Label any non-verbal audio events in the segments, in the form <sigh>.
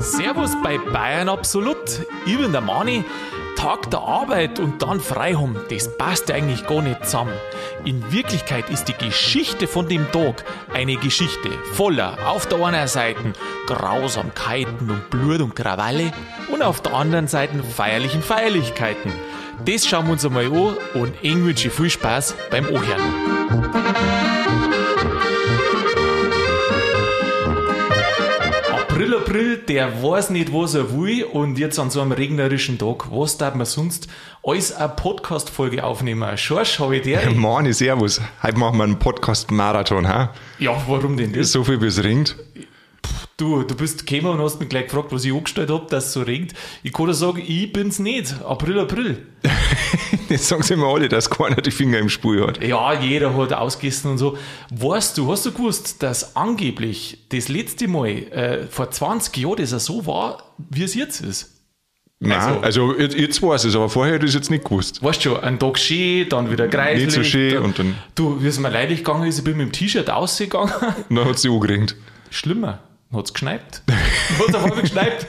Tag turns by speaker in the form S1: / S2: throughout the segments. S1: Servus bei Bayern Absolut. Ich bin der Mani. Tag der Arbeit und dann Freihum, das passt eigentlich gar nicht zusammen. In Wirklichkeit ist die Geschichte von dem Tag eine Geschichte voller auf der einen Seite Grausamkeiten und Blut und Krawalle und auf der anderen Seite feierlichen Feierlichkeiten. Das schauen wir uns einmal an und ich wünsche viel Spaß beim Anhören. April, April, der weiß nicht, was er will und jetzt an so einem regnerischen Tag, was darf man sonst als eine Podcast-Folge aufnehmen? Schorsch, habe ich der?
S2: <laughs> Mani, servus. Heute machen wir einen Podcast-Marathon, ha?
S1: Ja, warum denn das?
S2: So viel wie es ringt.
S1: Du, du bist gekommen und hast mich gleich gefragt, was ich angestellt habe, dass es so regnet. Ich kann dir sagen, ich bin's nicht. April, April.
S2: Jetzt sagen sie immer alle, dass keiner die Finger im Spiel hat.
S1: Ja, jeder hat ausgegessen und so. Weißt du, hast du gewusst, dass angeblich das letzte Mal äh, vor 20 Jahren das auch so war, wie es jetzt ist?
S2: Nein, also, jetzt, jetzt weiß ich es, aber vorher hätte ich es jetzt nicht gewusst.
S1: Weißt du schon, ein Tag schön, dann wieder greiflich.
S2: Nicht so schön und dann-
S1: Du, wie es mir leidig gegangen ist, ich bin mit dem T-Shirt ausgegangen.
S2: Und Dann hat es sich angeregt.
S1: <laughs> Schlimmer, hat es
S2: <laughs>
S1: geschneit. Hat es auf einmal geschneit.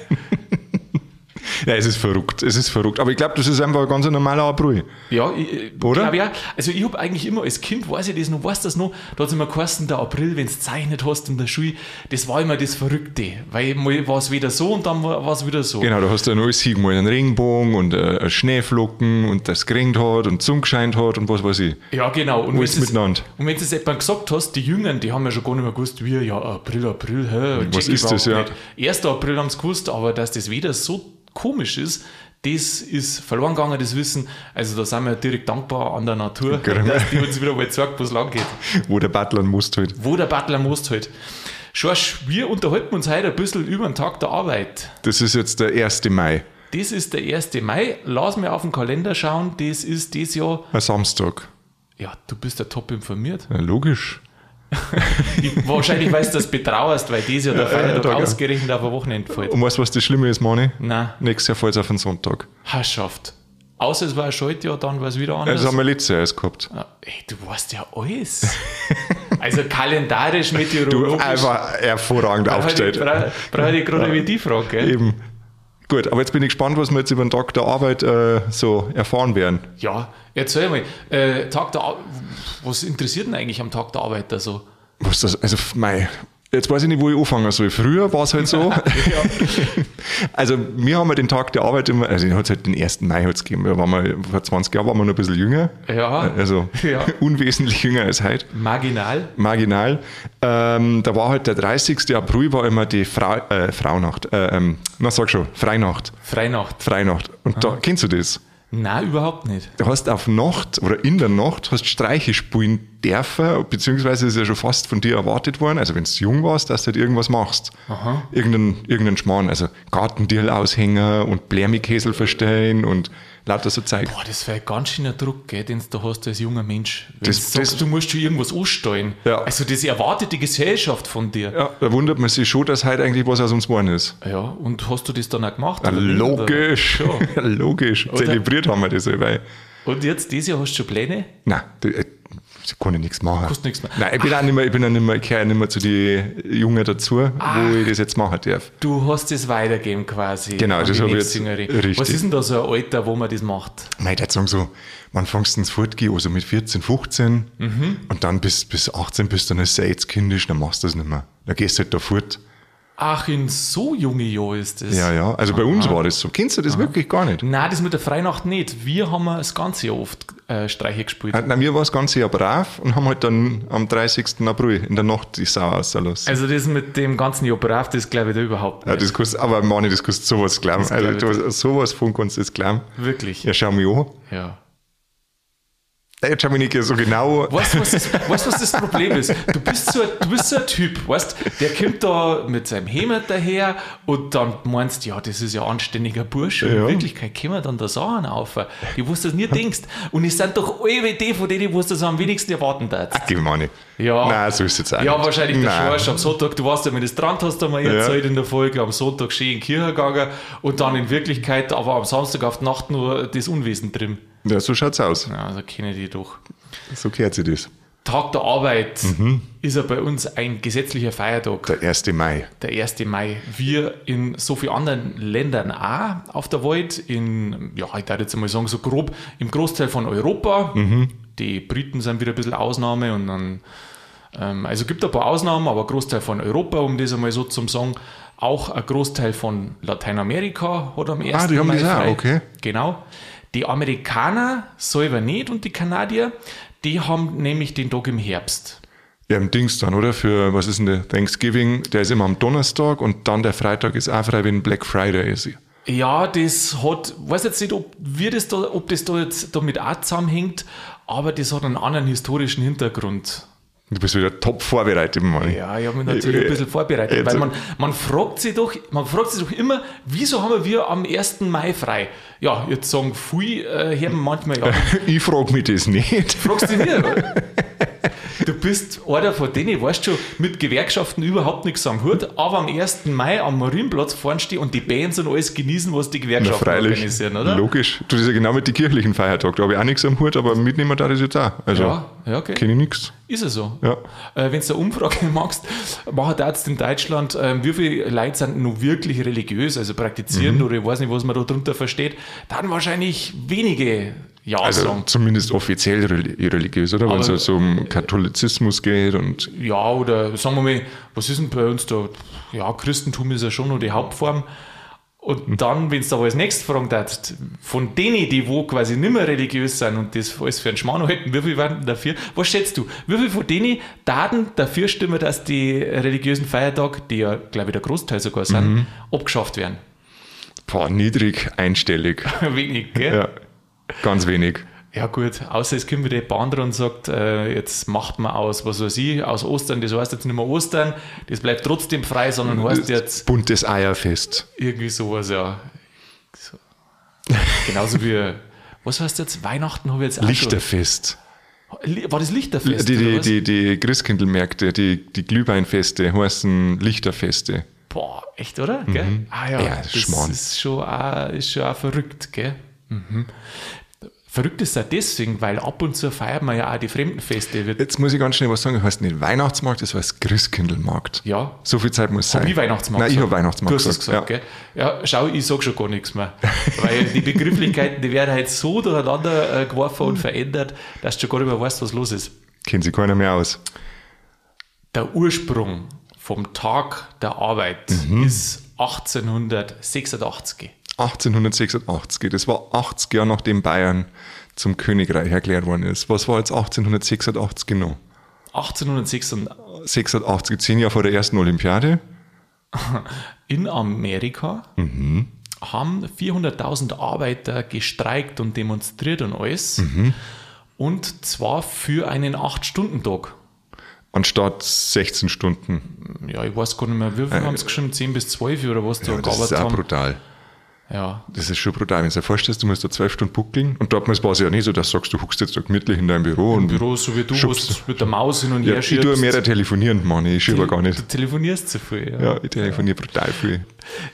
S2: Ja, es ist verrückt, es ist verrückt. Aber ich glaube, das ist einfach ein ganz normaler April.
S1: Ja, ich,
S2: Oder?
S1: Glaub, ja. Also ich habe eigentlich immer als Kind, weiß ich das noch, weißt du das noch, da hat immer geheißen, der April, wenn du gezeichnet hast in der Schule, das war immer das Verrückte, weil mal war es wieder so und dann war es wieder so.
S2: Genau, da hast du ein neues Sieg, mal einen Regenbogen und äh, eine Schneeflocken und das geringt hat und Zung gescheit hat und was weiß ich.
S1: Ja, genau. Und wenn
S2: Alles
S1: du es-
S2: miteinander.
S1: Und wenn du es jemand gesagt hast, die Jüngeren, die haben ja schon gar nicht mehr gewusst, wie, ja, April, April, hä, check
S2: Was
S1: ich
S2: ist das,
S1: überhaupt nicht. 1. April haben sie gewusst, aber dass das wieder so komisch ist, das ist verloren gegangen, das Wissen. Also da sind wir direkt dankbar an der Natur,
S2: Gell.
S1: dass die uns wieder mal zeigt, wo es lang geht.
S2: Wo der Butler muss halt.
S1: wo der Butler muss halt. Schorsch, wir unterhalten uns heute ein bisschen über den Tag der Arbeit.
S2: Das ist jetzt der 1. Mai,
S1: Das ist der 1. Mai. Lass mir auf den Kalender schauen. Das ist dieses Jahr.
S2: ein Samstag.
S1: Ja, du bist ja top informiert.
S2: Ja, logisch.
S1: Ich, wahrscheinlich weißt du, dass du betrauerst, weil dieses Jahr der Feiertag
S2: ja, genau. ja.
S1: ausgerechnet auf ein Wochenende fällt.
S2: Und weißt du, was das Schlimme ist, Mani?
S1: Na,
S2: Nächstes Jahr fällt es auf den Sonntag.
S1: Herrschaft. Außer es war ein Schaltjahr, dann war es wieder
S2: Ja,
S1: anders.
S2: Also Das haben wir letztes Jahr erst
S1: <laughs>
S2: gehabt.
S1: Ah, Ey, du weißt ja alles. Also kalendarisch,
S2: <laughs> Du
S1: meteorologisch.
S2: einfach hervorragend aufgestellt.
S1: Brauche brauch ich gerade wie die Frage, gell?
S2: Eben. Gut, aber jetzt bin ich gespannt, was wir jetzt über den Tag der Arbeit äh, so erfahren werden.
S1: Ja, erzähl mal, äh, Tag der Ar was interessiert denn eigentlich am Tag der Arbeit da so?
S2: Was das, also, mei. Jetzt weiß ich nicht, wo ich anfangen soll. Früher war es
S1: <laughs>
S2: halt so. also, wir haben ja den Tag der Arbeit immer, also, den hat es halt den 1. Mai hat's gegeben. Da waren wir, vor 20 Jahren waren wir noch ein bisschen jünger.
S1: Ja.
S2: Also,
S1: Ja.
S2: <laughs> unwesentlich jünger als heute.
S1: Marginal?
S2: marginal. Ähm, da war halt der 30. April war immer die Frau, äh, Fraunacht. Äh, ähm, na sag schon, Freinacht.
S1: Freinacht?
S2: Freinacht. Ah. Und da kennst du das?
S1: Na, überhaupt nicht.
S2: Du hast auf Nacht oder in der Nacht hast Streiche spielen dürfen, beziehungsweise ist ja schon fast von dir erwartet worden, also wenn du jung warst, dass du halt irgendwas machst. Irgendeinen irgendein Schmarrn, also Gartendirl aushängen und Blärmikäsel verstellen und lauter so Zeug.
S1: Boah, das wäre ganz schöner Druck, gell, den du da hast als junger Mensch. Wenn
S2: Das-
S1: du sagst,
S2: das-
S1: du musst schon irgendwas anstellen.
S2: Ja.
S1: Also das erwartet die Gesellschaft von dir.
S2: Ja, da wundert man sich schon, dass heute eigentlich was aus uns geworden ist.
S1: Ja, und hast du das dann auch gemacht?
S2: Ja,
S1: oder nicht, oder?
S2: Logisch, Ja, <laughs> logisch. Zelebriert haben wir das, ja, weil.
S1: Und jetzt, dieses Jahr hast du schon Pläne?
S2: Nein, da, äh, da kann ich nichts machen.
S1: Kannst nichts machen.
S2: Nein, ich bin auch nicht mehr, ich bin auch nicht mehr, ich gehöre nicht mehr zu den Jungen dazu,
S1: Ah.
S2: wo ich das jetzt machen darf.
S1: Du hast es weitergeben quasi.
S2: Genau,
S1: an
S2: das
S1: die
S2: hab ich jetzt-
S1: Netzingerin.
S2: richtig.
S1: Was ist denn da so ein Alter, wo man das macht?
S2: Nein, ich würde sagen so, man fängst ins Fortgehen, also mit 14, 15
S1: Mhm.
S2: und dann bis, bis 18 bist du dann sehr jetzt kindisch, dann machst du das nicht mehr. Dann gehst du halt da fort.
S1: Ach, in so junge Jahr ist das.
S2: Ja, ja, also bei uns war das so. Kennst du das wirklich gar nicht?
S1: Nein, das mit der Freinacht nicht. Wir haben das ganze Jahr oft äh, Streiche gespielt.
S2: Nein, wir waren das ganze Jahr brav und haben halt dann am 30. April in der Nacht die Sau ausgelassen.
S1: Also das mit dem ganzen Jahr brav, das glaube ich da überhaupt
S2: Ja,
S1: nicht.
S2: das kostet, aber Mani, das kostet sowas glauben. Also,
S1: glaub
S2: du- sowas von kannst du das glauben.
S1: Wirklich. Ja.
S2: Ja, schau mich an. Nein, Jetzt schau mich nicht so genau.
S1: Weißt du, was, das- weißt du, was das Problem ist? Du bist so ein, du bist so ein Typ, weißt der kommt da mit seinem Hemd daher und dann meinst du, ja, das ist ja ein anständiger Bursche.
S2: Ja.
S1: In Wirklichkeit kommen dann da Sachen auf, die wo du das nie denkst. Und es sind doch alle die, von denen wo du das am wenigsten erwarten darfst.
S2: Gib mal nicht.
S1: Ja.
S2: Nein, so ist es jetzt auch
S1: Ja,
S2: nicht.
S1: wahrscheinlich der
S2: Nein.
S1: Schorsch am Sonntag, du warst ja mit das dran, hast du mal erzählt in der Folge, am Sonntag schön in die Kirche gegangen und dann in Wirklichkeit aber am Samstag auf die Nacht nur das Unwesen drin.
S2: Ja, so schaut's aus.
S1: Ja, also kenne ich die doch.
S2: So gehört sich das.
S1: Tag der Arbeit
S2: Mhm.
S1: ist ja bei uns ein gesetzlicher Feiertag,
S2: Der 1. Mai.
S1: der 1. Mai. Wir in so vielen anderen Ländern auch auf der Welt, in, ja, ich darf jetzt mal sagen, so grob im Großteil von Europa.
S2: Mhm.
S1: Die Briten sind wieder ein bisschen Ausnahme und dann, ähm, also gibt ein paar Ausnahmen, aber Großteil von Europa, um das einmal so zum sagen, auch ein Großteil von Lateinamerika hat am 1.
S2: Ah, die haben
S1: Mai
S2: das auch,
S1: frei.
S2: okay.
S1: Genau. Die Amerikaner selber nicht und die Kanadier, die haben nämlich den Tag im Herbst.
S2: Ja, im Dings dann, oder? Für, was ist denn der Thanksgiving? Der ist immer am Donnerstag und dann der Freitag ist auch frei, wenn Black Friday ist.
S1: Ja, das hat, weiß jetzt nicht, ob, wir das da, ob das da jetzt damit auch zusammenhängt, aber das hat einen anderen historischen Hintergrund.
S2: Du bist wieder top vorbereitet, Mann.
S1: Ja, ich habe mich natürlich ein bisschen vorbereitet, weil man, man, fragt sich doch, man fragt sich doch immer, wieso haben wir am 1. Mai frei? Ja, jetzt sagen viel, äh, haben manchmal, ja,
S2: <laughs> ich frage mich das nicht.
S1: Fragst du dich nicht, oder? Du bist einer von denen, weißt schon, mit Gewerkschaften überhaupt nichts am Hut, aber am 1. Mai am Marienplatz vorne stehen und die Bands und alles genießen, was die
S2: Ja,
S1: Gewerkschaften
S2: freilich.
S1: organisieren, oder?
S2: Logisch. Du, das ist ja genau mit den kirchlichen Feiertagen. Da habe ich auch nichts am Hut, aber mitnehmen da das jetzt auch. Also,
S1: Ja, ja, okay.
S2: kenne ich nichts.
S1: Ist es so.
S2: Ja.
S1: Äh, Wenn du eine Umfrage <laughs> machst, macht Arzt in Deutschland, ähm, wie viele Leute sind nun wirklich religiös, also praktizieren
S2: Mhm.
S1: oder ich weiß nicht, was man da drunter versteht, dann wahrscheinlich wenige Ja
S2: Also,
S1: sagen.
S2: zumindest offiziell reli- religiös, oder? Wenn es also um Katholizismus geht und
S1: ja, oder sagen wir mal, was ist denn bei uns da? Ja, Christentum ist ja schon noch die Hauptform. Und dann, wenn du aber als nächstes fragen darfst, von denen, die wo quasi nicht mehr religiös sind und das alles für einen Schmarrn halten, wie viel werden denn dafür? Was schätzt du? Wie viel von denen Daten dafür stimmen, dass die religiösen Feiertage, die ja, glaube ich, der Großteil sogar sind, abgeschafft werden? <laughs>
S2: boah, niedrig, einstellig.
S1: Wenig, gell?
S2: Ja, ganz wenig.
S1: Ja gut, außer es kommt wieder jemand anderer und sagt, äh, jetzt macht man aus, was weiß ich, aus Ostern, das heißt jetzt nicht mehr Ostern, das bleibt trotzdem frei, sondern
S2: Mhm.
S1: heißt jetzt
S2: Buntes Eierfest.
S1: irgendwie sowas, ja. So. Genauso wie, was heißt jetzt, Weihnachten habe ich jetzt auch
S2: Lichterfest.
S1: schon- Li- War das Lichterfest?
S2: Die,
S1: oder
S2: die,
S1: was?
S2: die, die Christkindlmärkte, die, die Glühweinfeste heißen Lichterfeste.
S1: Boah, echt, oder? Gell? Ah ja,
S2: Mhm. Ja,
S1: das
S2: Schmarrn.
S1: ist schon, auch, ist schon auch verrückt, gell? Mhm. Verrückt ist es auch deswegen, weil ab und zu feiert man ja auch die Fremdenfeste. Wird,
S2: Jetzt muss ich ganz schnell was sagen, das heißt nicht Weihnachtsmarkt, das heißt Christkindlmarkt.
S1: ja,
S2: So viel Zeit muss sein.
S1: Wie Weihnachtsmarkt.
S2: Nein, ich habe Weihnachtsmarkt
S1: Du hast es gesagt,
S2: ja.
S1: gell? Ja, schau, ich sage schon gar nichts mehr. Weil die Begrifflichkeiten, die werden halt so durcheinander äh, geworfen
S2: Mhm.
S1: und verändert, dass du schon gar nicht mehr weißt, was los ist.
S2: Kennen Sie keiner mehr aus.
S1: Der Ursprung vom Tag der Arbeit
S2: Mhm.
S1: ist 1886.
S2: 1886, das war 80 Jahre nachdem Bayern zum Königreich erklärt worden ist. Was war jetzt 1886 genau?
S1: 1886
S2: 86, zehn Jahre vor der ersten Olympiade.
S1: in Amerika
S2: Mhm.
S1: haben 400.000 Arbeiter gestreikt und demonstriert und alles.
S2: Mhm.
S1: Und zwar für einen 8-Stunden-Tag.
S2: Anstatt 16 Stunden.
S1: ja, ich weiß gar nicht mehr, wie viel haben sie geschrieben, 10 bis 12 oder was da
S2: Äh, Ja, das ist
S1: gearbeitet
S2: auch
S1: haben.
S2: brutal.
S1: Ja,
S2: Das ist schon brutal. Wenn du dir vorstellst, du musst da zwölf Stunden buckeln und dort war es ja nicht so, dass du sagst, du huckst jetzt da gemütlich in deinem Büro und
S1: Büro, so wie du,
S2: Schubst.
S1: was du mit der Maus hin und
S2: ja,
S1: her
S2: ich tue mehr telefonieren, Mann. Ich schiebe gar nicht.
S1: Du telefonierst zu viel. Ja.
S2: Ja, ich telefoniere brutal viel.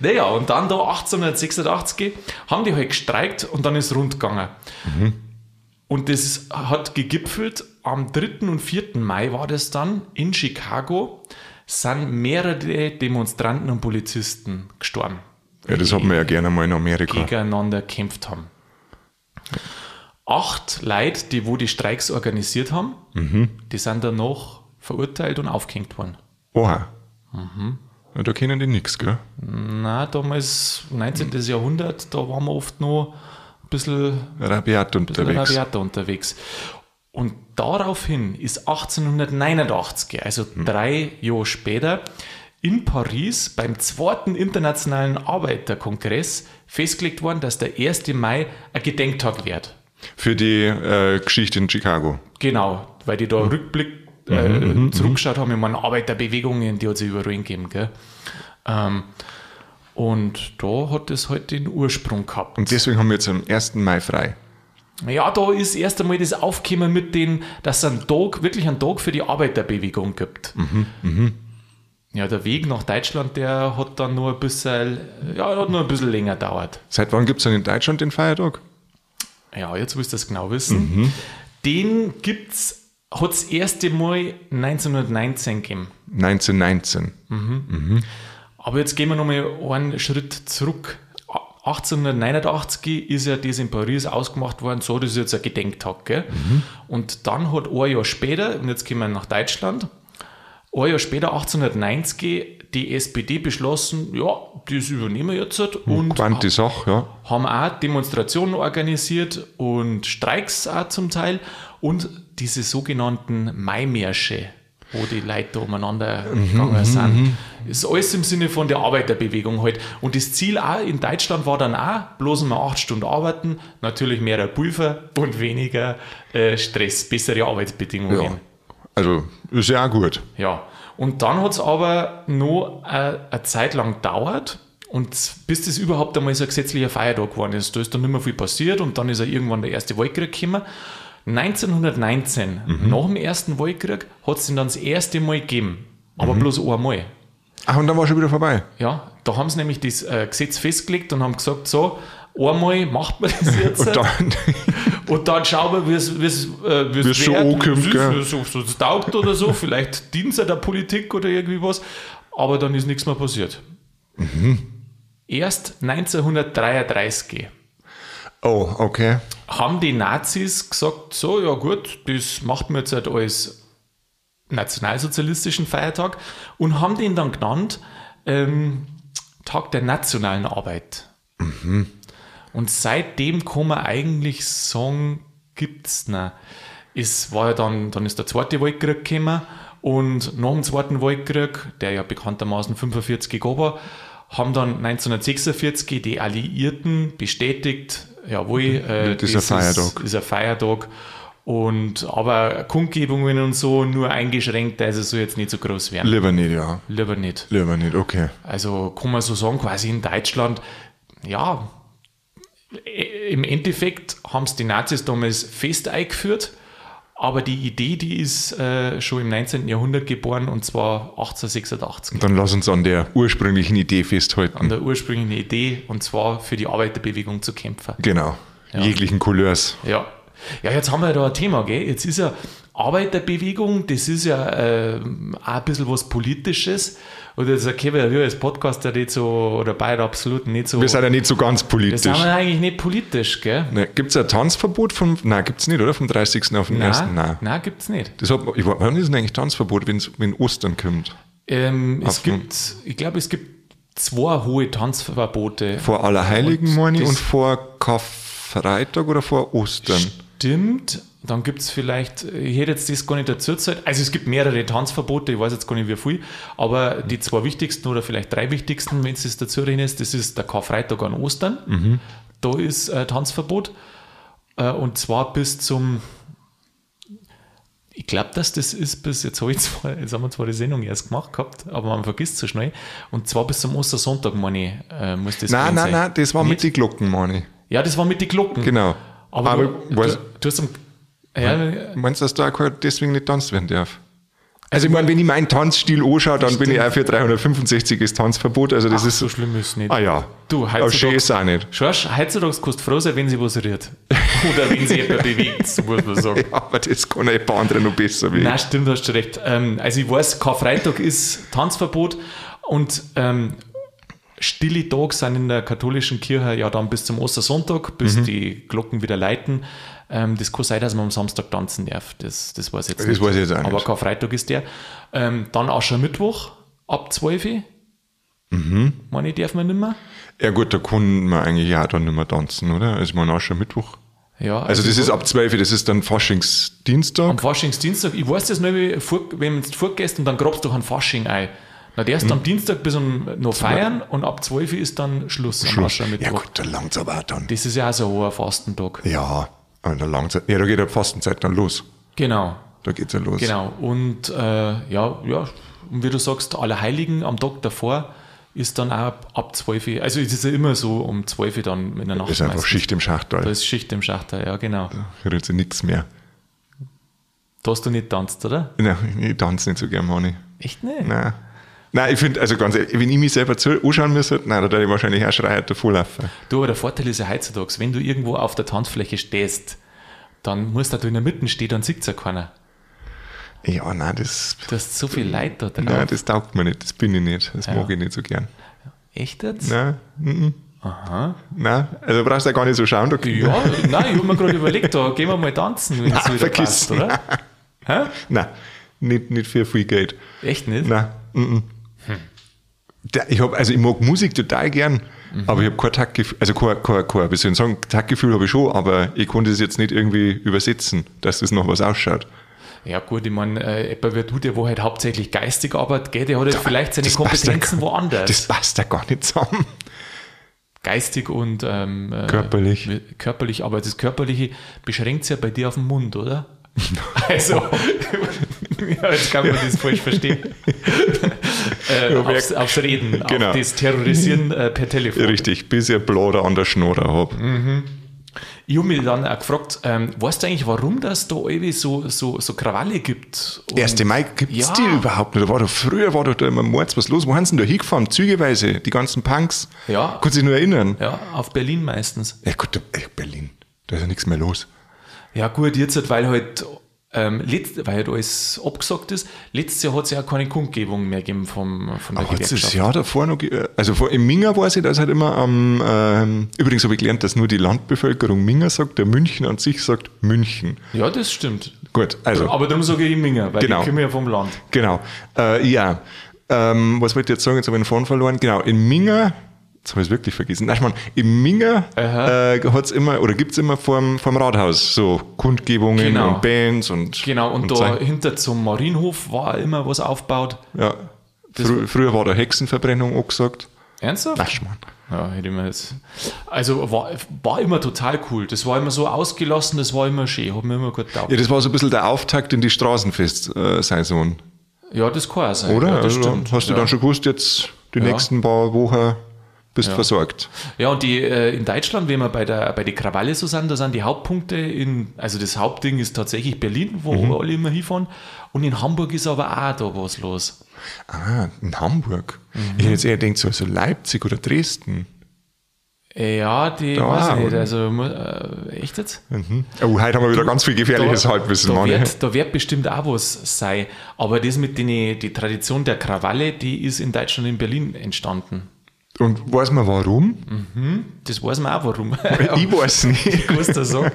S1: Naja, und dann da 1886 haben die halt gestreikt und dann ist rund gegangen. Und das hat gegipfelt, am 3. und 4. Mai war das dann in Chicago, sind mehrere Demonstranten und Polizisten gestorben.
S2: Ja, das hat man ja gerne mal in Amerika.
S1: gegeneinander gekämpft haben. Acht Leute, die wo die Streiks organisiert haben, die sind danach verurteilt und aufgehängt worden.
S2: Oha. Ja, da kennen die nichts, gell?
S1: Na, damals, 19. Jahrhundert, da waren wir oft noch ein bisschen
S2: Rabiat unterwegs.
S1: Rabiata unterwegs. Und daraufhin ist 1889, also drei Jahre später, in Paris beim zweiten internationalen Arbeiterkongress festgelegt worden, dass der 1. Mai ein Gedenktag wird.
S2: Für die äh, Geschichte in Chicago.
S1: Genau, weil die da Rückblick äh, zurückgeschaut haben. Ich meine, Arbeiterbewegungen, die hat es überall gegeben. Gell? Ähm, und da hat es halt den Ursprung gehabt.
S2: Und deswegen haben wir jetzt am 1. Mai frei.
S1: Ja, da ist erst einmal das Aufkommen mit den, dass es einen Tag, wirklich einen Tag für die Arbeiterbewegung gibt. Ja, der Weg nach Deutschland, der hat dann nur ein bisschen, ja, hat nur ein bisschen länger gedauert.
S2: Seit wann gibt es denn in Deutschland den Feiertag?
S1: Ja, jetzt willst du das genau wissen. Den gibt's hat das erste Mal 1919 gegeben.
S2: 1919.
S1: Aber jetzt gehen wir nochmal einen Schritt zurück. 1889 ist ja das in Paris ausgemacht worden, so, das ist jetzt ein Gedenktag. Gell? Und dann hat ein Jahr später, und jetzt gehen wir nach Deutschland, ein Jahr später, 1890, die SPD beschlossen, ja, das übernehmen wir jetzt und
S2: Quanti Sache, ja.
S1: haben auch Demonstrationen organisiert und Streiks auch zum Teil und diese sogenannten Maimärsche, wo die Leute da umeinander gegangen sind. Das ist alles im Sinne von der Arbeiterbewegung halt. Und das Ziel auch in Deutschland war dann auch, bloß mal acht Stunden arbeiten, natürlich mehr Pulver und weniger äh, Stress, bessere Arbeitsbedingungen.
S2: ja. Also, ist ja auch gut.
S1: Ja, und dann hat es aber noch äh, eine Zeit lang gedauert. Und bis das überhaupt einmal so ein gesetzlicher Feiertag geworden ist, da ist dann nicht mehr viel passiert und dann ist ja irgendwann der Erste Weltkrieg gekommen. 1919,
S2: Mhm.
S1: nach dem Ersten Weltkrieg, hat es ihn dann das erste Mal gegeben. Aber
S2: Mhm.
S1: bloß einmal.
S2: Ach, und dann war schon wieder vorbei.
S1: Ja, da haben sie nämlich das äh, Gesetz festgelegt und haben gesagt, so, einmal macht man
S2: <laughs>
S1: das jetzt. äh,
S2: Und dann,
S1: Und dann schauen wir, wie es wie es äh, wie
S2: Wie's
S1: es
S2: schon
S1: wird,
S2: ankommt,
S1: wie's-
S2: gell?
S1: wie's- ob's uns taugt oder so, vielleicht dient es der Politik oder irgendwie was, aber dann ist nichts mehr passiert.
S2: Mhm.
S1: Erst 1933
S2: oh, okay.
S1: haben die Nazis gesagt, so, ja gut, das macht man jetzt halt als nationalsozialistischen Feiertag und haben den dann genannt ähm, Tag der nationalen Arbeit. Und seitdem kann man eigentlich sagen, gibt's ne. Es war ja dann, dann ist der zweite Weltkrieg gekommen und nach dem zweiten Weltkrieg, der ja bekanntermaßen 45 gegeben war, haben dann 1946 die Alliierten bestätigt, jawohl, äh,
S2: Das ist ein Feiertag.
S1: Ist, ist ein Feiertag. Und, aber Kundgebungen und so nur eingeschränkt, also so jetzt nicht so groß werden.
S2: Lieber nicht, ja.
S1: Lieber nicht.
S2: Lieber nicht, okay.
S1: Also kann man so sagen, quasi in Deutschland, ja, äh, im Endeffekt haben es die Nazis damals fest eingeführt, aber die Idee, die ist äh, schon im 19. Jahrhundert geboren und zwar 1886.
S2: Dann lass uns an der ursprünglichen Idee
S1: An
S2: festhalten.
S1: der ursprünglichen Idee und zwar für die Arbeiterbewegung zu kämpfen.
S2: Genau. Jeglichen Couleurs.
S1: Ja. Ja, jetzt haben wir da ein Thema, gell? Jetzt ist ja Arbeiterbewegung, das ist ja äh, auch ein bisschen was Politisches. Und jetzt okay, wir ja als Podcaster nicht so, oder beide absolut nicht so.
S2: Wir sind ja nicht so
S1: das
S2: ganz
S1: sind
S2: politisch.
S1: wir eigentlich nicht politisch, gell?
S2: Ne, gibt es ein Tanzverbot vom. Nein, gibt es nicht, oder? Vom 30. auf den 1. Nein.
S1: nein gibt's nicht.
S2: Das hat, ich, weiß- wann ist denn eigentlich Tanzverbot, wenn's, wenn Ostern kommt?
S1: Ähm, es
S2: Auf dem-
S1: gibt, ich glaube, es gibt zwei hohe Tanzverbote.
S2: Vor Allerheiligen,
S1: Und
S2: meine ich,
S1: das-
S2: und vor Karfreitag oder vor Ostern?
S1: Stimmt, dann gibt es vielleicht, ich hätte jetzt das gar nicht dazu gesagt, also es gibt mehrere Tanzverbote, ich weiß jetzt gar nicht wie viel, aber die zwei wichtigsten oder vielleicht drei wichtigsten, wenn es dazu rechnest, das ist der Karfreitag an Ostern,
S2: Mhm.
S1: da ist äh, Tanzverbot äh, und zwar bis zum, ich glaube, dass das ist bis, jetzt, hab ich zwar, jetzt haben wir zwar die Sendung erst gemacht gehabt, aber man vergisst so schnell und zwar bis zum Ostersonntag, meine ich, äh, muss das
S2: Nein,
S1: gewesen
S2: nein,
S1: sein.
S2: nein, das war
S1: Nicht?
S2: mit den Glocken, meine ich.
S1: Ja, das war mit den Glocken.
S2: Genau.
S1: Aber,
S2: Aber
S1: du,
S2: weiß-
S1: du, du hast am, ja,
S2: Meinst du, dass da keiner deswegen nicht tanzt werden darf? Also, ich meine, wenn ich meinen Tanzstil anschaue, dann bin ich auch für 365 Tanzverbot. Also, das ist.
S1: so schlimm ist es nicht.
S2: Ah ja.
S1: Du,
S2: Aber schön
S1: heutzutage,
S2: ist auch nicht. <laughs>
S1: Schorsch, heutzutage kannst du froh sein, wenn sie was rührt. Oder wenn sie jemand bewegt, so muss man sagen.
S2: Ja, aber das kann ein paar andere noch besser wie.
S1: Nein, stimmt, hast du recht. Ähm, also ich weiß, Karfreitag ist Tanzverbot und ähm, stille Tage sind in der katholischen Kirche ja dann bis zum Ostersonntag,
S2: Mhm.
S1: bis die Glocken wieder leiten. Ähm, das kann sein, dass man am Samstag tanzen darf. Das, das weiß ich jetzt
S2: Das weiß ich jetzt auch
S1: Aber
S2: nicht.
S1: Karfreitag ist der. Ähm, dann Aschermittwoch ab 12 Uhr.
S2: Mhm.
S1: Meine ich, darf man nicht mehr.
S2: Ja, gut, da kann man eigentlich ja dann nicht mehr tanzen, oder? Also, man auch schon Mittwoch.
S1: Ja,
S2: Also, das ist ab 12 Uhr, das ist dann Faschingsdienstag.
S1: Am Faschingsdienstag, ich weiß das nicht, wie ich vor- wenn du vorgehst und dann grabst du einen Fasching ein. Na, der ist
S2: Mhm.
S1: am Dienstag bis um noch feiern und ab 12 Uhr ist dann Schluss, am
S2: Ja,
S1: Aschermittwoch.
S2: gut, da langt es aber auch dann.
S1: das ist ja auch so ein hoher Fastentag.
S2: Ja, aber da langt Ja, da geht ja die Fastenzeit dann los.
S1: Genau,
S2: Da geht's ja los.
S1: genau. Und äh, ja, ja, und wie du sagst, Allerheiligen am Tag davor ist dann auch ab, ab 12 Uhr, also es ist ja immer so um 12 Uhr dann in der Nacht.
S2: Das ist einfach
S1: meistens.
S2: Schicht im Schacht,
S1: Da
S2: da
S1: ist Schicht im Schachter, ja genau.
S2: rührt sich nichts mehr.
S1: Da hast du nicht tanzt, oder?
S2: Nein, ich tanze nicht so gern, Mani.
S1: Echt nicht?
S2: Nein. Nein, ich finde, also ganz ehrlich, wenn ich mich selber zu, anschauen müsste, nein, da würde ich wahrscheinlich auch schreien davonlaufen.
S1: Du, aber der Vorteil ist ja heutzutage, wenn du irgendwo auf der Tanzfläche stehst, dann musst du da in der Mitte stehen, dann sieht ja keiner.
S2: Ja, nein, das,
S1: Du hast so viel Leid da drauf.
S2: nein, das taugt mir nicht. Das bin ich nicht. Das mag ich nicht so gern.
S1: Echt jetzt?
S2: Nein, mhm.
S1: Aha.
S2: nein. Also brauchst du ja gar nicht so schauen. Da
S1: Ja,
S2: <laughs>
S1: nein, ich habe mir gerade überlegt, da gehen wir mal tanzen, wenn es
S2: Nein,
S1: wieder
S2: vergiss.
S1: passt, oder? Hä?
S2: Nein, nicht, nicht für viel Geld.
S1: Echt nicht?
S2: Nein. mhm. Da- Ich hab, also ich mag Musik total gern, aber ich habe kein Taktgefühl, also kein, kein, kein wie soll ich sagen, Taktgefühl habe ich schon, aber ich konnte das jetzt nicht irgendwie übersetzen, dass das noch was ausschaut.
S1: Ja gut, ich meine, äh, jemand wie du, der wo halt hauptsächlich geistig arbeitet, gell, der hat halt vielleicht seine
S2: Das passt ja
S1: Kompetenzen
S2: gar-
S1: woanders.
S2: Das passt ja gar nicht zusammen.
S1: geistig und ähm, äh,
S2: Körperlich.
S1: wi- körperlich, aber das Körperliche beschränkt sich ja bei dir auf den Mund, oder?
S2: <laughs>
S1: Also, <laughs> ja, jetzt kann man das falsch verstehen.
S2: <laughs>
S1: äh,
S2: Ja, wer-
S1: aufs, aufs Reden,
S2: Genau.
S1: auf das Terrorisieren äh, per Telefon.
S2: Richtig, bis ich ein Blader an der Schnoder habe.
S1: Mhm. Ich habe mich dann auch gefragt, ähm, weißt du eigentlich, warum das da irgendwie so, so, so Krawalle gibt? Und-
S2: 1. Mai gibt es
S1: Ja.
S2: die überhaupt nicht. Da war doch, früher war doch da immer Mords was los. Wo haben sie denn da hingefahren? Zügeweise, die ganzen Punks.
S1: Ja.
S2: Kannst du dich nur erinnern?
S1: Ja, auf Berlin meistens.
S2: Ja gut, da- ey, Berlin, da ist ja nichts mehr los.
S1: Ja gut, jetzt halt, weil halt, ähm, letzt, weil halt alles abgesagt ist. Letztes Jahr hat es ja auch keine Kundgebung mehr gegeben vom, von der
S2: Hat es das
S1: Gewerkschaft.
S2: Jahr davor noch, ge- also vor, im Minger weiß ich, dass halt immer am, ähm, übrigens habe ich gelernt, dass nur die Landbevölkerung Minger sagt, der München an sich sagt München.
S1: Ja, das stimmt.
S2: Gut, also,
S1: Aber darum sage ich Imminger, weil
S2: Genau.
S1: ich komme ja vom Land.
S2: genau, äh, ja, ähm, was wollte ich jetzt sagen, jetzt habe ich den Faden verloren, genau, in Minger, jetzt habe ich es wirklich vergessen, nein, ich mein, im Minger äh, hat's immer, oder gibt's immer vorm, vorm Rathaus so Kundgebungen
S1: Genau.
S2: und Bands und
S1: Genau, und, da
S2: so.
S1: hinter zum Marienhof war immer was aufgebaut.
S2: ja, Frü früher war da Hexenverbrennung angesagt.
S1: Ernsthaft?
S2: Ach, Mann.
S1: Ja, hätte ich mir jetzt. Also war, war immer total cool. Das war immer so ausgelassen, das war immer schön. Hat mir immer gut getaugt.
S2: Ja, das war so ein bisschen der Auftakt in die äh, Straßenfest-Saison,
S1: Ja, das kann auch sein.
S2: oder?
S1: Ja, das
S2: also,
S1: stimmt.
S2: Hast du
S1: ja.
S2: dann schon gewusst, jetzt die nächsten paar Wochen bist versorgt.
S1: Ja, und die äh, in Deutschland, wenn wir bei der bei den Krawalle so sind, da sind die Hauptpunkte in, also das Hauptding ist tatsächlich Berlin, wo wir alle immer hinfahren. Und in Hamburg ist aber auch da was los.
S2: Ah, in Hamburg. Ich hätte jetzt eher gedacht, so, so Leipzig oder Dresden.
S1: Ja, die
S2: Da
S1: weiß ich
S2: auch,
S1: nicht.
S2: oder?
S1: Also mu- äh, echt jetzt?
S2: Mhm. Oh, heute haben wir wieder ganz viel gefährliches Halbwissen,
S1: da,
S2: Mann.
S1: wird, da wird bestimmt auch was sein. Aber das mit den, die Tradition der Krawalle, die ist in Deutschland in Berlin entstanden.
S2: Und weiß man warum?
S1: Das weiß man auch warum.
S2: Ich weiß nicht.
S1: muss da sagen.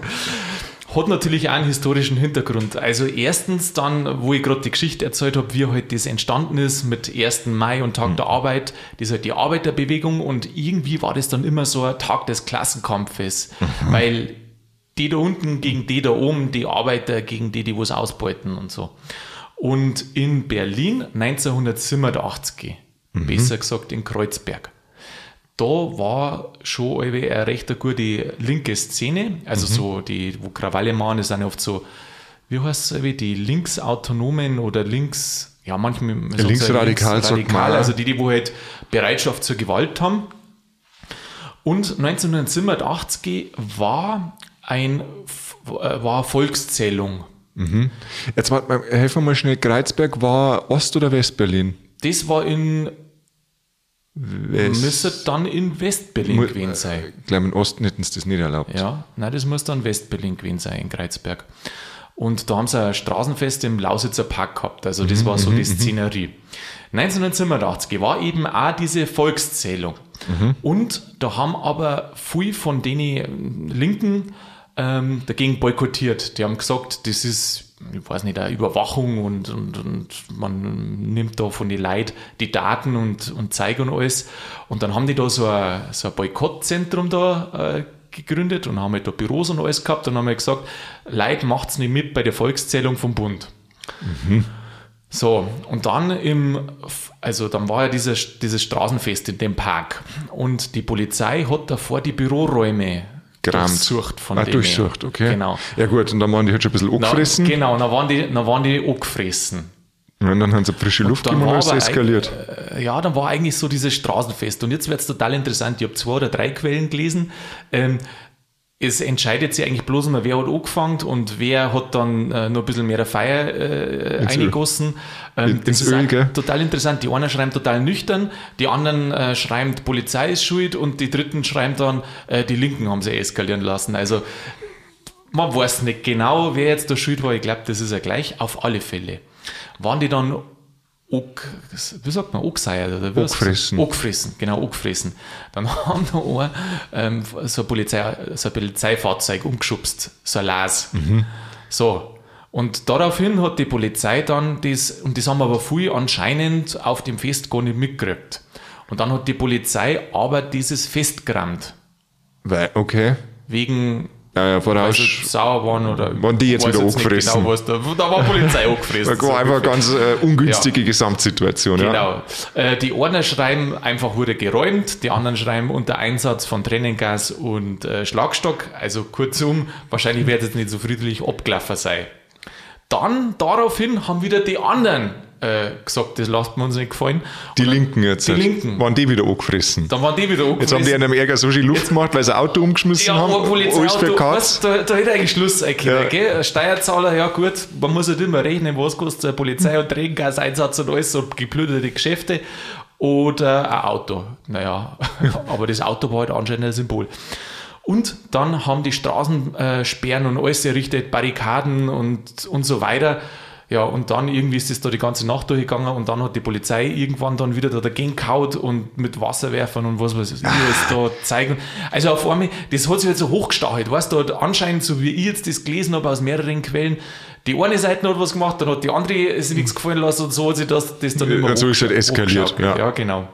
S1: Hat natürlich auch einen historischen Hintergrund. Also erstens dann, wo ich gerade die Geschichte erzählt habe, wie halt das entstanden ist mit 1. Mai und Tag der Arbeit, das ist halt die Arbeiterbewegung und irgendwie war das dann immer so ein Tag des Klassenkampfes, weil die da unten gegen die da oben, die Arbeiter gegen die, die was ausbeuten und so. Und in Berlin 1987, besser gesagt in Kreuzberg da war schon irgendwie eine recht gute linke Szene. Also
S2: Mhm.
S1: so die, wo Krawalle machen, das sind ja oft so, wie heißt es, die linksautonomen oder links, ja manchmal man sagt
S2: Linksradikal sagt man
S1: linksradikal,
S2: auch.
S1: also die, die wo halt Bereitschaft zur Gewalt haben. Und 1987 war ein äh, war Volkszählung.
S2: <laughs> Jetzt warte mal, helfen wir mal schnell. Kreuzberg war Ost- oder Westberlin?
S1: Das war in
S2: West.
S1: müsste dann in Westberlin
S2: Mu- Äh,
S1: gewesen sein.
S2: Ich glaube, im Osten hätten sie das nicht erlaubt. Ah,
S1: Ja, nein, das muss dann Westberlin gewesen sein, in Kreuzberg. Und da haben sie ein Straßenfest im Lausitzer Park gehabt. Also das war so die Szenerie. 1987 war eben auch diese Volkszählung. Und da haben aber viel von den Linken ähm, dagegen boykottiert. Die haben gesagt, das ist, ich weiß nicht, eine Überwachung und, und, und man nimmt da von den Leuten die Daten und, und zeigen und alles. Und dann haben die da so ein, so ein Boykottzentrum da äh, gegründet und haben halt da Büros und alles gehabt und haben halt gesagt, Leute, macht's nicht mit bei der Volkszählung vom Bund. So, und dann im, also dann war ja dieses, dieses Straßenfest in dem Park und die Polizei hat davor die Büroräume
S2: Gerammt.
S1: durchsucht von
S2: ah,
S1: denen.
S2: durchsucht, okay.
S1: eh Genau.
S2: Ja gut, und dann waren die halt schon ein bisschen
S1: Na,
S2: angefressen.
S1: Genau, dann waren die, dann waren die angefressen.
S2: Ja, und dann haben sie frische Luft
S1: dann
S2: gegeben und
S1: war
S2: alles
S1: aber
S2: eskaliert.
S1: Äh, ja, dann war eigentlich so dieses Straßenfest. Und jetzt wird es total interessant. Ich habe zwei oder drei Quellen gelesen. Ähm, es entscheidet sich eigentlich bloß immer, wer hat angefangen und wer hat dann äh, noch ein bisschen mehr Feier äh, eingegossen. Ähm,
S2: In- ins Öl,
S1: auch
S2: gell?
S1: total interessant. Die einen schreiben total nüchtern, die anderen äh, schreiben, die Polizei ist schuld und die dritten schreiben dann, äh, die Linken haben sie eskalieren lassen. Also man weiß nicht genau, wer jetzt der Schuld war. Ich glaube, das ist ja gleich. Auf alle Fälle. waren die dann Ock, wie sagt man, Ockseier oder was?
S2: Angefressen.
S1: Angefressen, genau, angefressen. Dann <laughs> haben da einer ähm, so, ein Polizei, so ein Polizeifahrzeug umgeschubst, so ein Las.
S2: Mhm.
S1: So. Und daraufhin hat die Polizei dann das, und das haben aber viele anscheinend auf dem Fest gar nicht mitgekriegt. Und dann hat die Polizei aber dieses Fest gerammt.
S2: Weil, okay.
S1: Wegen
S2: Äh, voraus.
S1: also sauer waren oder.
S2: Waren die jetzt
S1: weiß
S2: wieder
S1: nicht
S2: angefressen?
S1: Genau, was da, da war
S2: <laughs>
S1: Polizei angefressen.
S2: war einfach eine ganz äh, ungünstige Gesamtsituation. Ja.
S1: Genau. Äh, die einen schreiben, einfach wurde geräumt, die anderen schreiben unter Einsatz von Tränengas und äh, Schlagstock. Also kurzum, wahrscheinlich wird es nicht so friedlich abgelaufen sein. Dann daraufhin haben wieder die anderen äh, gesagt, das lasst wir uns nicht gefallen.
S2: Die Linken jetzt.
S1: Die Linken.
S2: Waren die wieder angefressen.
S1: Dann waren die wieder
S2: Jetzt haben die in einem Ärger so viel Luft gemacht, weil sie ein Auto umgeschmissen
S1: ja,
S2: haben.
S1: ein
S2: Alles für
S1: Polizeiauto,
S2: Katz.
S1: was, da, da hätte eigentlich Schluss sein können,
S2: Ja.
S1: gell? Ein Steuerzahler, ja gut, man muss halt immer rechnen, was kostet eine Polizei und Regengaseinsatz und alles und geplünderte Geschäfte oder ein Auto. Naja, <laughs> aber das Auto war halt anscheinend ein Symbol. Und dann haben die Straßensperren und alles errichtet, Barrikaden und, und so weiter. Ja, und dann irgendwie ist das da die ganze Nacht durchgegangen und dann hat die Polizei irgendwann dann wieder da dagegen kaut und mit Wasserwerfern und was weiß ich, alles
S2: Ah.
S1: da zeigen. Also auf einmal, das hat sich halt so hochgestachelt, weißt du, hat anscheinend, so wie ich jetzt das gelesen habe aus mehreren Quellen, die eine Seite hat was gemacht, dann hat die andere es nichts gefallen lassen und so hat sich das, das dann immer
S2: Und so ist halt
S1: hochgescha-
S2: eskaliert,
S1: hochgeschaukelt.
S2: ja.
S1: ja, genau.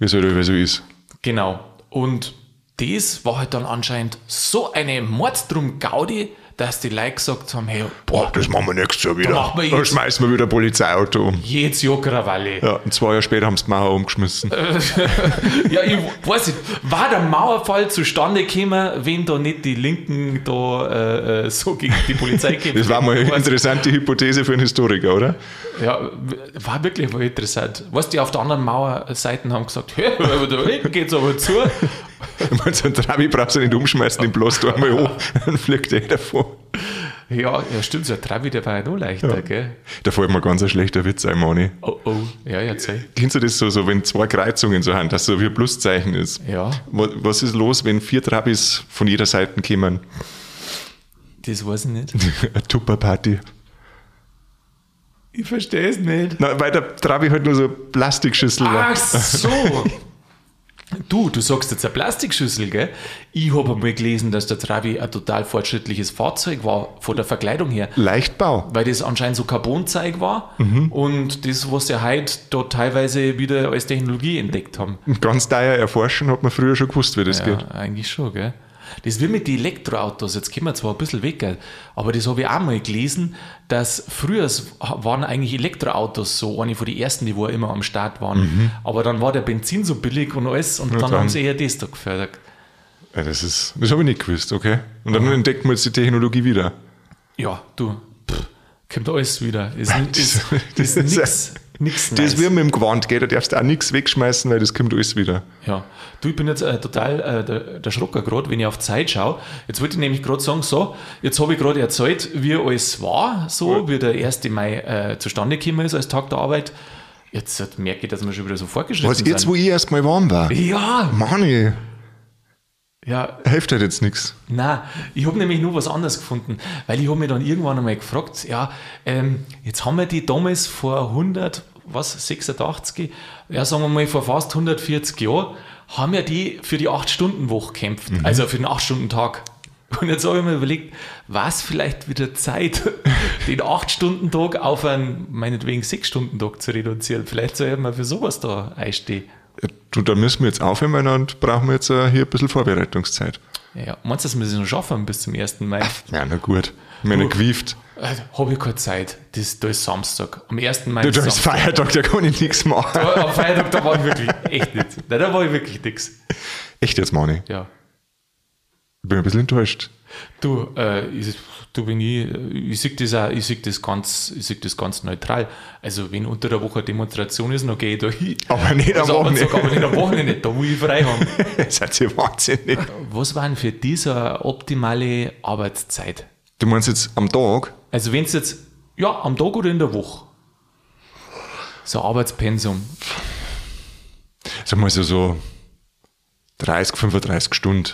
S2: Wie es halt immer so ist.
S1: Genau. Und das war halt dann anscheinend so eine Mordstrum Gaudi, dass die Leute gesagt haben, hey,
S2: Boah,
S1: boah,
S2: Oh, das machen wir nächstes Jahr wieder.
S1: machen wir
S2: Da
S1: jetzt-
S2: schmeißen wir wieder ein Polizeiauto um.
S1: jetzt ja Krawalle.
S2: Ja, und zwei Jahre später haben sie die Mauer umgeschmissen.
S1: Äh, Ja, ich weiß nicht, war der Mauerfall zustande gekommen, wenn da nicht die Linken da äh, äh, so gegen die Polizei <laughs> kämpfen?
S2: Das war mal eine interessante Hypothese für einen Historiker, oder?
S1: Ja, war wirklich mal interessant. Weißt du, die auf der anderen Mauerseiten haben gesagt, hey, da hinten geht's aber zu.
S2: Ich meine, so ein Trabi brauchst du nicht umschmeißen, den bloß du einmal hoch, <laughs> dann fliegt der davon.
S1: Ja, ja stimmt, so ein Trabi, der war ja noch leichter, gell?
S2: Da fällt mir ganz ein schlechter Witz ein, Mani.
S1: Oh, oh, ja, erzähl.
S2: Kennst du das so, so wenn zwei Kreuzungen so haben, dass so wie ein Pluszeichen ist?
S1: Ja.
S2: Wa- Was ist los, wenn vier Trabis von jeder Seite kommen? <laughs>
S1: Das weiß ich nicht.
S2: Eine Tupperparty.
S1: Ich verstehe es nicht.
S2: Na, weil der Trabi halt nur so Plastikschüssel war.
S1: Ach so. Du, du sagst jetzt eine Plastikschüssel, gell? Ich habe einmal gelesen, dass der Travi ein total fortschrittliches Fahrzeug war, von der Verkleidung her.
S2: Leichtbau.
S1: Weil das anscheinend so Carbonzeug war
S2: Mhm.
S1: und das, was sie heute dort teilweise wieder als Technologie entdeckt haben.
S2: Ganz teuer erforschen hat man früher schon gewusst, wie das
S1: Ja,
S2: geht.
S1: eigentlich schon, gell? Das will mit den Elektroautos, jetzt gehen wir zwar ein bisschen weg, gell? aber das habe ich auch mal gelesen, dass früher s- waren eigentlich Elektroautos so eine von den ersten, die wo immer am Start waren. Aber dann war der Benzin so billig und alles und dann,
S2: Mhm. dann.
S1: haben sie eher das da gefördert.
S2: Ja, das ist, das habe ich nicht gewusst, okay? Und dann entdeckt man jetzt die Technologie wieder.
S1: Ja, du, pff, kommt alles wieder.
S2: <laughs>
S1: Ist, ist, ist,
S2: das ist-
S1: nix, nix
S2: Das
S1: nice.
S2: ist wie mit dem Gewand, gell? Da darfst du auch nichts wegschmeißen, weil das kommt alles wieder.
S1: Ja, du, ich bin jetzt äh, total äh, der, der Schrocker gerade, wenn ich auf die Zeit schaue. Jetzt wollte ich nämlich gerade sagen, so, jetzt habe ich gerade erzählt, wie alles war, so, wie der 1. Mai äh, zustande gekommen ist als Tag der Arbeit. Jetzt äh, merke ich, dass wir schon wieder so fortgeschritten
S2: Was, jetzt,
S1: sind.
S2: wo ich erstmal warm war?
S1: Ja,
S2: Mani,
S1: ja,
S2: hilft halt jetzt nichts.
S1: Nein, ich habe nämlich nur was anderes gefunden, weil ich habe mich dann irgendwann einmal gefragt, ja, ähm, jetzt haben wir die damals vor 100, was, 86, ja sagen wir mal vor fast 140 Jahren, haben ja die für die 8-Stunden-Woche gekämpft, also für den 8-Stunden-Tag. Und jetzt habe ich mir überlegt, war es vielleicht wieder Zeit, <laughs> den 8-Stunden-Tag auf einen, meinetwegen 6-Stunden-Tag zu reduzieren? Vielleicht soll man für sowas da einstehen.
S2: Ja, Du, da müssen wir jetzt aufhören und brauchen wir jetzt äh, hier ein bisschen Vorbereitungszeit.
S1: Ja, meinst du, das müssen wir noch schaffen bis zum 1. Mai?
S2: Ja, na gut. Ich meine,
S1: Du.
S2: gewieft.
S1: Habe Äh, ich keine Zeit. Das, da ist Samstag. Am 1. Mai.
S2: Da
S1: ist
S2: ist
S1: Samstag.
S2: Feiertag, da kann ich nichts machen.
S1: Am Freitag, da war ich wirklich echt nichts. Nein, da war ich wirklich nichts.
S2: Echt jetzt, Mani?
S1: Ja.
S2: Ich bin ein bisschen enttäuscht.
S1: Du, äh, ich, du bin ich, äh, ich sehe das auch, ich sehe das ganz, ich sehe das ganz neutral. Also, wenn unter der Woche eine Demonstration ist, dann gehe ich da hin.
S2: Aber nicht am
S1: Also, Arbeitstag, aber
S2: Wochenende.
S1: nicht am Wochenende, da wo ich frei haben.
S2: <laughs> Seid ihr wahnsinnig.
S1: Was war denn für diese optimale Arbeitszeit?
S2: Du meinst jetzt am Tag?
S1: Also, wenn es jetzt, ja, am Tag oder in der Woche? So ein Arbeitspensum.
S2: sag mal so, so 30, 35 Stunden.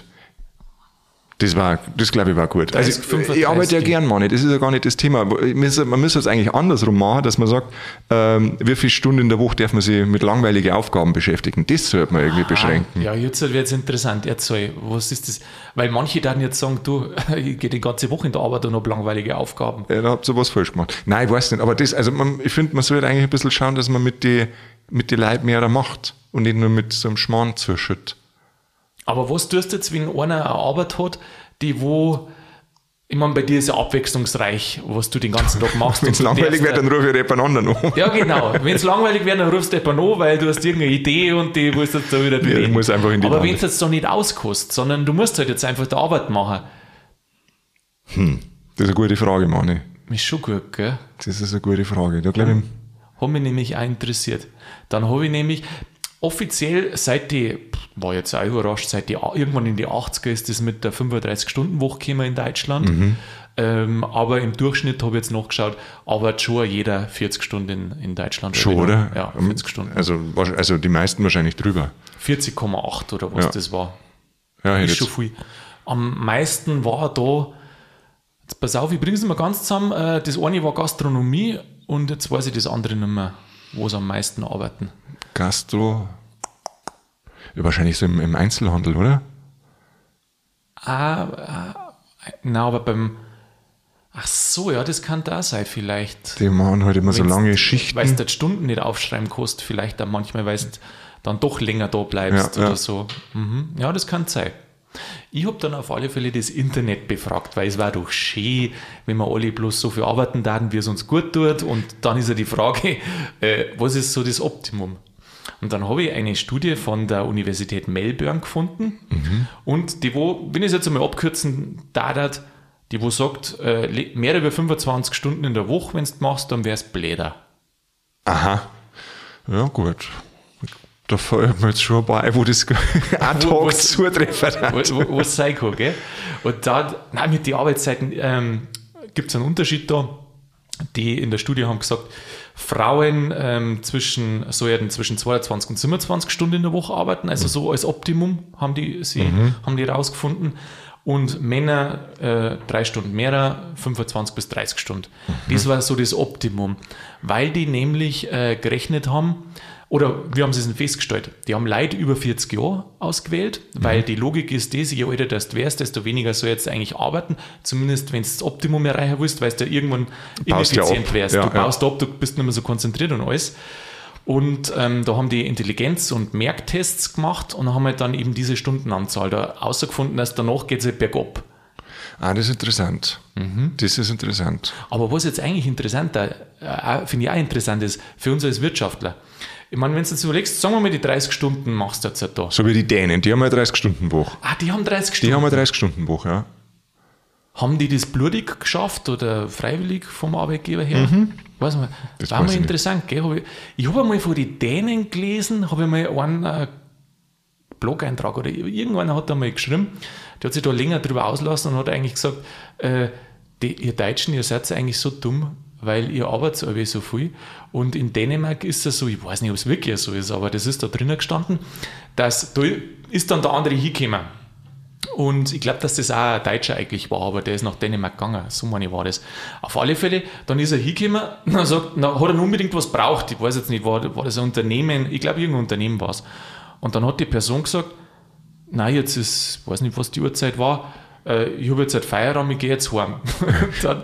S2: Das war, das glaube ich war gut. Also
S1: 30,
S2: ich, ich
S1: 35
S2: arbeite ja
S1: Ding.
S2: gern, Mann. Das ist ja gar nicht das Thema. Aber ich müsste- Man müsste es eigentlich andersrum machen, dass man sagt, ähm, wie viele Stunden in der Woche darf man sich mit langweiligen Aufgaben beschäftigen. Das sollte man irgendwie beschränken.
S1: Ah, Ja, jetzt wird es interessant. Erzähl, was ist das? Weil manche dann jetzt sagen, du, <laughs> ich gehe die ganze Woche in der Arbeit und habe langweilige Aufgaben.
S2: Ja, da habt ihr was falsch gemacht. Nein, ich weiß nicht. Aber das, also man, ich finde, man sollte eigentlich ein bisschen schauen, dass man mit die, mit die Leuten mehr da macht und nicht nur mit so einem Schmarrn zuschüttet.
S1: Aber was tust du jetzt, wenn einer eine Arbeit hat, die wo, ich meine, bei dir ist ja abwechslungsreich, was du den ganzen Tag
S2: <laughs>
S1: machst.
S2: Wenn es
S1: Und du
S2: langweilig
S1: darfst
S2: wird,
S1: ja-
S2: dann rufe ich jemand anderen an.
S1: Ja, genau. Wenn es langweilig wird, dann rufst du jemanden an, weil du hast irgendeine Idee und die willst jetzt da wieder
S2: ich
S1: bewegen.
S2: muss einfach in die
S1: Aber
S2: Lande.
S1: wenn es jetzt so nicht auskostet, sondern du musst halt jetzt einfach die Arbeit machen,
S2: Das ist eine gute Frage, Mani.
S1: ist schon gut, gell?
S2: Das ist eine gute Frage. Da glaube ich,
S1: Hat mich nämlich auch interessiert. Dann habe ich nämlich offiziell seit die, war jetzt auch überrascht, seit die, irgendwann in die 80er ist das mit der 35-Stunden-Woche gekommen in Deutschland.
S2: Mhm.
S1: Ähm, aber im Durchschnitt habe ich jetzt nachgeschaut, aber schon jeder 40 Stunden in, in Deutschland.
S2: schon, oder?
S1: Ja, 40 Stunden.
S2: Also, wahrsch- also die meisten wahrscheinlich drüber.
S1: 40,8 oder was
S2: Ja.
S1: das war.
S2: Ja,
S1: Ist
S2: ich
S1: schon viel. Am meisten war da, jetzt pass auf, ich bringe es mal ganz zusammen, äh, das eine war Gastronomie und jetzt weiß ich das andere nicht mehr, wo sie am meisten arbeiten.
S2: Gastro. Ja, wahrscheinlich so im, im Einzelhandel, oder?
S1: Ah, ah, na, aber beim. Ach so, ja, das kann da sein, vielleicht.
S2: Die machen heute immer so
S1: Wenn's-
S2: lange Schichten.
S1: Weil du die Stunden nicht aufschreiben kannst, vielleicht dann manchmal, weil du dann doch länger da bleibst
S2: Ja,
S1: oder
S2: ja.
S1: so. Mhm. Ja, das kann sein. Ich habe dann auf alle Fälle das Internet befragt, weil es war doch schön, wenn wir alle bloß so viel arbeiten daten, wie es uns gut tut. Und dann ist ja die Frage, äh, was ist so das Optimum? Und dann habe ich eine Studie von der Universität Melbourne gefunden.
S2: Mhm.
S1: Und die, wo, wenn ich es jetzt einmal abkürzen darf, die, wo sagt, äh, le- mehr über 25 Stunden in der Woche, wenn du machst, dann wär's bläder.
S2: Aha. Ja, gut. Da fällt mir jetzt schon ein paar ein, wo das <laughs> ad
S1: Wo- wo-
S2: hoc zutreffen hat.
S1: Wo- wo- Was sei kann, gell? Und da, nein, mit den Arbeitszeiten ähm, gibt es einen Unterschied da. Die in der Studie haben gesagt, Frauen ähm, zwischen, so werden zwischen 22 und 27 Stunden in der Woche arbeiten, also so als Optimum haben die sie haben die rausgefunden. Und Männer äh, drei Stunden mehr, 25 bis 30 Stunden. Das war so das Optimum, weil die nämlich äh, gerechnet haben, oder wir haben es denn festgestellt, die haben Leute über 40 Jahre ausgewählt, weil die Logik ist das, je älter das du wärst, desto weniger soll jetzt eigentlich arbeiten, zumindest wenn du das Optimum erreichen willst, weil du ja irgendwann
S2: baust ja ab.
S1: ineffizient wärst.
S2: Ja,
S1: du
S2: ja.
S1: baust ab, du bist nicht mehr so konzentriert und alles. Und ähm, da haben die Intelligenz- und Merktests gemacht und haben halt dann eben diese Stundenanzahl da herausgefunden, dass danach geht es halt bergab.
S2: Ah, das ist interessant. Das ist interessant.
S1: Aber was jetzt eigentlich interessanter, äh, finde ich auch interessant ist, für uns als Wirtschaftler. Ich meine, wenn du jetzt überlegst, sagen wir mal, die 30 Stunden machst du jetzt halt da.
S2: So wie die Dänen, die haben ja 30-Stunden-Woche.
S1: Ah, die haben 30 Stunden.
S2: Die haben ja 30-Stunden-Woche, ja.
S1: Haben die das blutig geschafft oder freiwillig vom Arbeitgeber her? Weiß man.
S2: Mhm. Das
S1: war mal
S2: weiß ich nicht.
S1: interessant, gell? Hab ich ich habe einmal von den Dänen gelesen, habe ich mal einen äh, Blog-Eintrag oder irgendwann hat da mal geschrieben, der hat sich da länger drüber auslassen und hat eigentlich gesagt, äh, die, ihr Deutschen, ihr seid eigentlich so dumm, weil ihr arbeitet alle so viel. Und in Dänemark ist es so, ich weiß nicht, ob es wirklich so ist, aber das ist da drinnen gestanden, dass da ist dann der andere hingekommen. Und ich glaube, dass das auch ein Deutscher eigentlich war, aber der ist nach Dänemark gegangen. So meine ich war das. Auf alle Fälle, dann ist er hingekommen <laughs> und sagt, na, hat er unbedingt was braucht. Ich weiß jetzt nicht, war, war das ein Unternehmen? Ich glaube, irgendein Unternehmen war es. Und dann hat die Person gesagt, nein, jetzt ist, weiß nicht, was die Uhrzeit war, äh, ich habe jetzt halt Feierabend, ich gehe jetzt heim. <laughs> dann,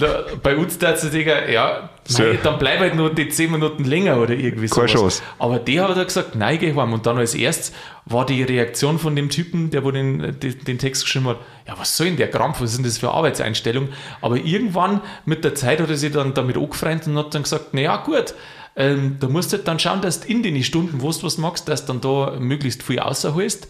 S1: da, bei uns da hat Digga, ja,
S2: So.
S1: nein, dann bleib halt nur die 10 Minuten länger oder irgendwie
S2: Keine Chance.
S1: aber der hat er gesagt, nein, geh heim. Und dann als erstes war die Reaktion von dem Typen, der wo den, den, den Text geschrieben hat, ja, was soll denn der Krampf, was ist denn das für eine Arbeitseinstellung? Aber irgendwann mit der Zeit hat er sich dann damit angefreundet und hat dann gesagt, na ja, gut, ähm, da musst du halt dann schauen, dass du in den Stunden, wo du was magst, dass du dann da möglichst viel rausholst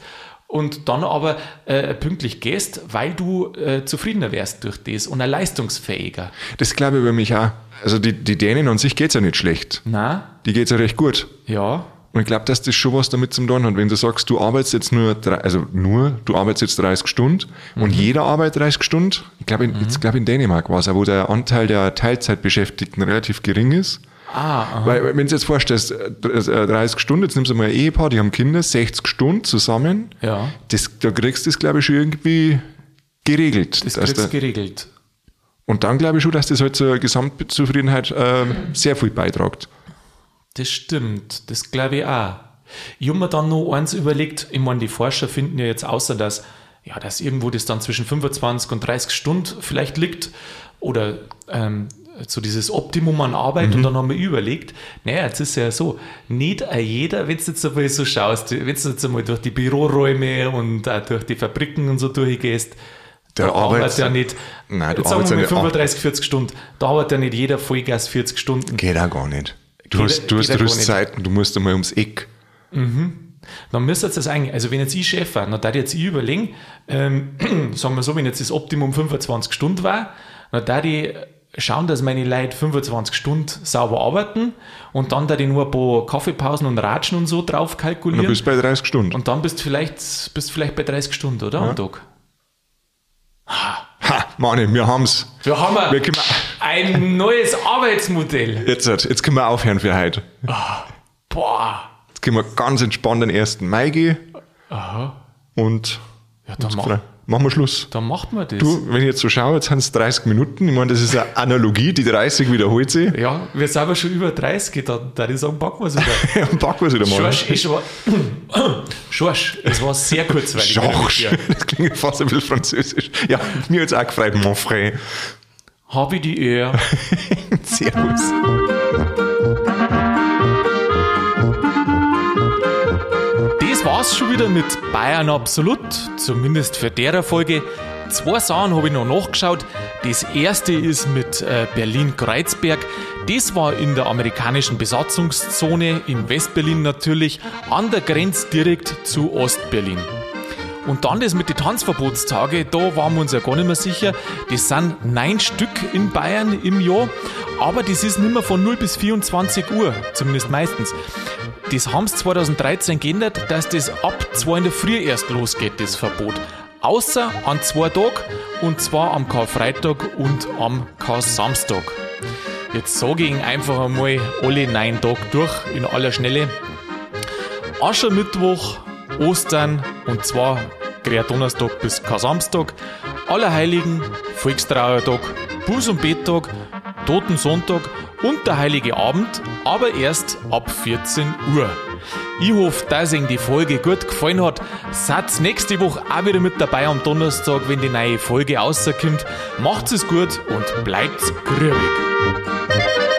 S1: und dann aber äh, pünktlich gehst, weil du äh, zufriedener wärst durch das und ein leistungsfähiger.
S2: Das glaube ich über mich auch. Also die, die Dänen an sich geht es ja nicht schlecht.
S1: Na,
S2: Die geht es ja recht gut.
S1: ja,
S2: Und ich glaube, dass das schon was damit zum tun hat. Wenn du sagst, du arbeitest jetzt nur, drei- also nur, du arbeitest jetzt 30 Stunden
S1: Mhm.
S2: und jeder arbeitet 30 Stunden. Ich glaube, in, jetzt glaube in Dänemark war es auch, wo der Anteil der Teilzeitbeschäftigten relativ gering ist. Ah, Weil, wenn du jetzt vorstellst, äh, dr- äh, 30 Stunden, jetzt nimmst du mal ein Ehepaar, die haben Kinder, 60 Stunden zusammen.
S1: Ja.
S2: Das, da kriegst du das, glaube ich, schon irgendwie geregelt.
S1: Das
S2: dass
S1: kriegst du
S2: der-
S1: geregelt.
S2: und dann glaube ich schon, dass das halt zur Gesamtzufriedenheit ähm, sehr viel beiträgt.
S1: Das stimmt, das glaube ich auch. Ich habe mir dann noch eins überlegt, ich meine, die Forscher finden ja jetzt außer, dass, ja, dass irgendwo das dann zwischen 25 und 30 Stunden vielleicht liegt oder ähm, so dieses Optimum an Arbeit
S2: Mhm.
S1: und dann haben wir überlegt, naja, jetzt ist ja so, nicht ein jeder, wenn du jetzt einmal so schaust, wenn du jetzt einmal durch die Büroräume und auch durch die Fabriken und so durchgehst,
S2: Der
S1: da arbeitet
S2: arbeitet-
S1: ja nicht,
S2: Nein, du
S1: jetzt sagen wir mal
S2: arbeitest ja nicht-
S1: 35, 40 Stunden, da arbeitet ja nicht jeder Vollgas 40 Stunden.
S2: Geht auch gar nicht. Du
S1: Geht-
S2: hast, du
S1: geht
S2: hast
S1: auch gar nicht.
S2: Rüstzeiten, du musst einmal ums Eck.
S1: Dann müsst ihr jetzt das eigentlich, also wenn jetzt ich Chef war, dann darf ich jetzt ich überlegen, ähm, <clears throat> sagen wir so, wenn jetzt das Optimum 25 Stunden war, dann darf ich schauen, dass meine Leute 25 Stunden sauber arbeiten und dann darf ich nur ein paar Kaffeepausen und Ratschen und so drauf
S2: Du
S1: kalkulieren.
S2: bist bei 30 Stunden.
S1: und dann bist du vielleicht, bist du vielleicht bei 30 Stunden, oder? Am Tag.
S2: Ha, Mann, wir haben's.
S1: Wir haben ein-
S2: Wir können-
S1: ein neues Arbeitsmodell.
S2: Jetzt, halt, jetzt können wir aufhören für heute.
S1: Boah.
S2: Jetzt können wir ganz entspannt den 1. Mai gehen
S1: Aha.
S2: und
S1: Ja, dann, mach,
S2: dann machen wir Schluss.
S1: dann macht man das.
S2: Du, wenn ich jetzt so schaue, jetzt sind es 30 Minuten. Ich meine, das ist eine Analogie, die 30 wiederholt sich. <laughs>
S1: Ja, wir sind aber schon über 30, dann darf ich sagen, packen wir es wieder.
S2: Und packen wir es wieder mal. ne?
S1: Schorsch, ich war. <coughs> Schorsch, es war sehr kurzweilig.
S2: Georges. Das klingt fast ein bisschen französisch. Ja, mir jetzt auch gefreut, mon frère. <laughs>
S1: Habe ich die Ehre.
S2: Servus.
S1: Das war's schon wieder mit Bayern Absolut, zumindest für derer Folge. Zwei Sachen habe ich noch nachgeschaut. Das erste ist mit äh, Berlin-Kreuzberg. Das war in der amerikanischen Besatzungszone, in Westberlin natürlich, an der Grenze direkt zu Ostberlin. Und dann das mit den Tanzverbotstage, da waren wir uns ja gar nicht mehr sicher. Das sind neun Stück in Bayern im Jahr, aber das ist nicht mehr von 0 bis 24 Uhr, zumindest meistens. Das haben sie 2013 geändert, dass das ab 2 in der Früh erst losgeht, das Verbot. Außer an zwei Tagen, und zwar am Karfreitag und am Kar-Samstag. Jetzt sage ich Ihnen einfach einmal alle neun Tage durch in aller Schnelle. Aschermittwoch, Ostern und zwar Kreatonastag bis Kasamstag, Allerheiligen, Volkstrauertag, Buß- und Bettag, Totensonntag und der Heilige Abend, aber erst ab 14 Uhr. Ich hoffe, dass Ihnen die Folge gut gefallen hat. Seid nächste Woche auch wieder mit dabei am Donnerstag, wenn die neue Folge rauskommt. Macht's es gut und bleibt grübig.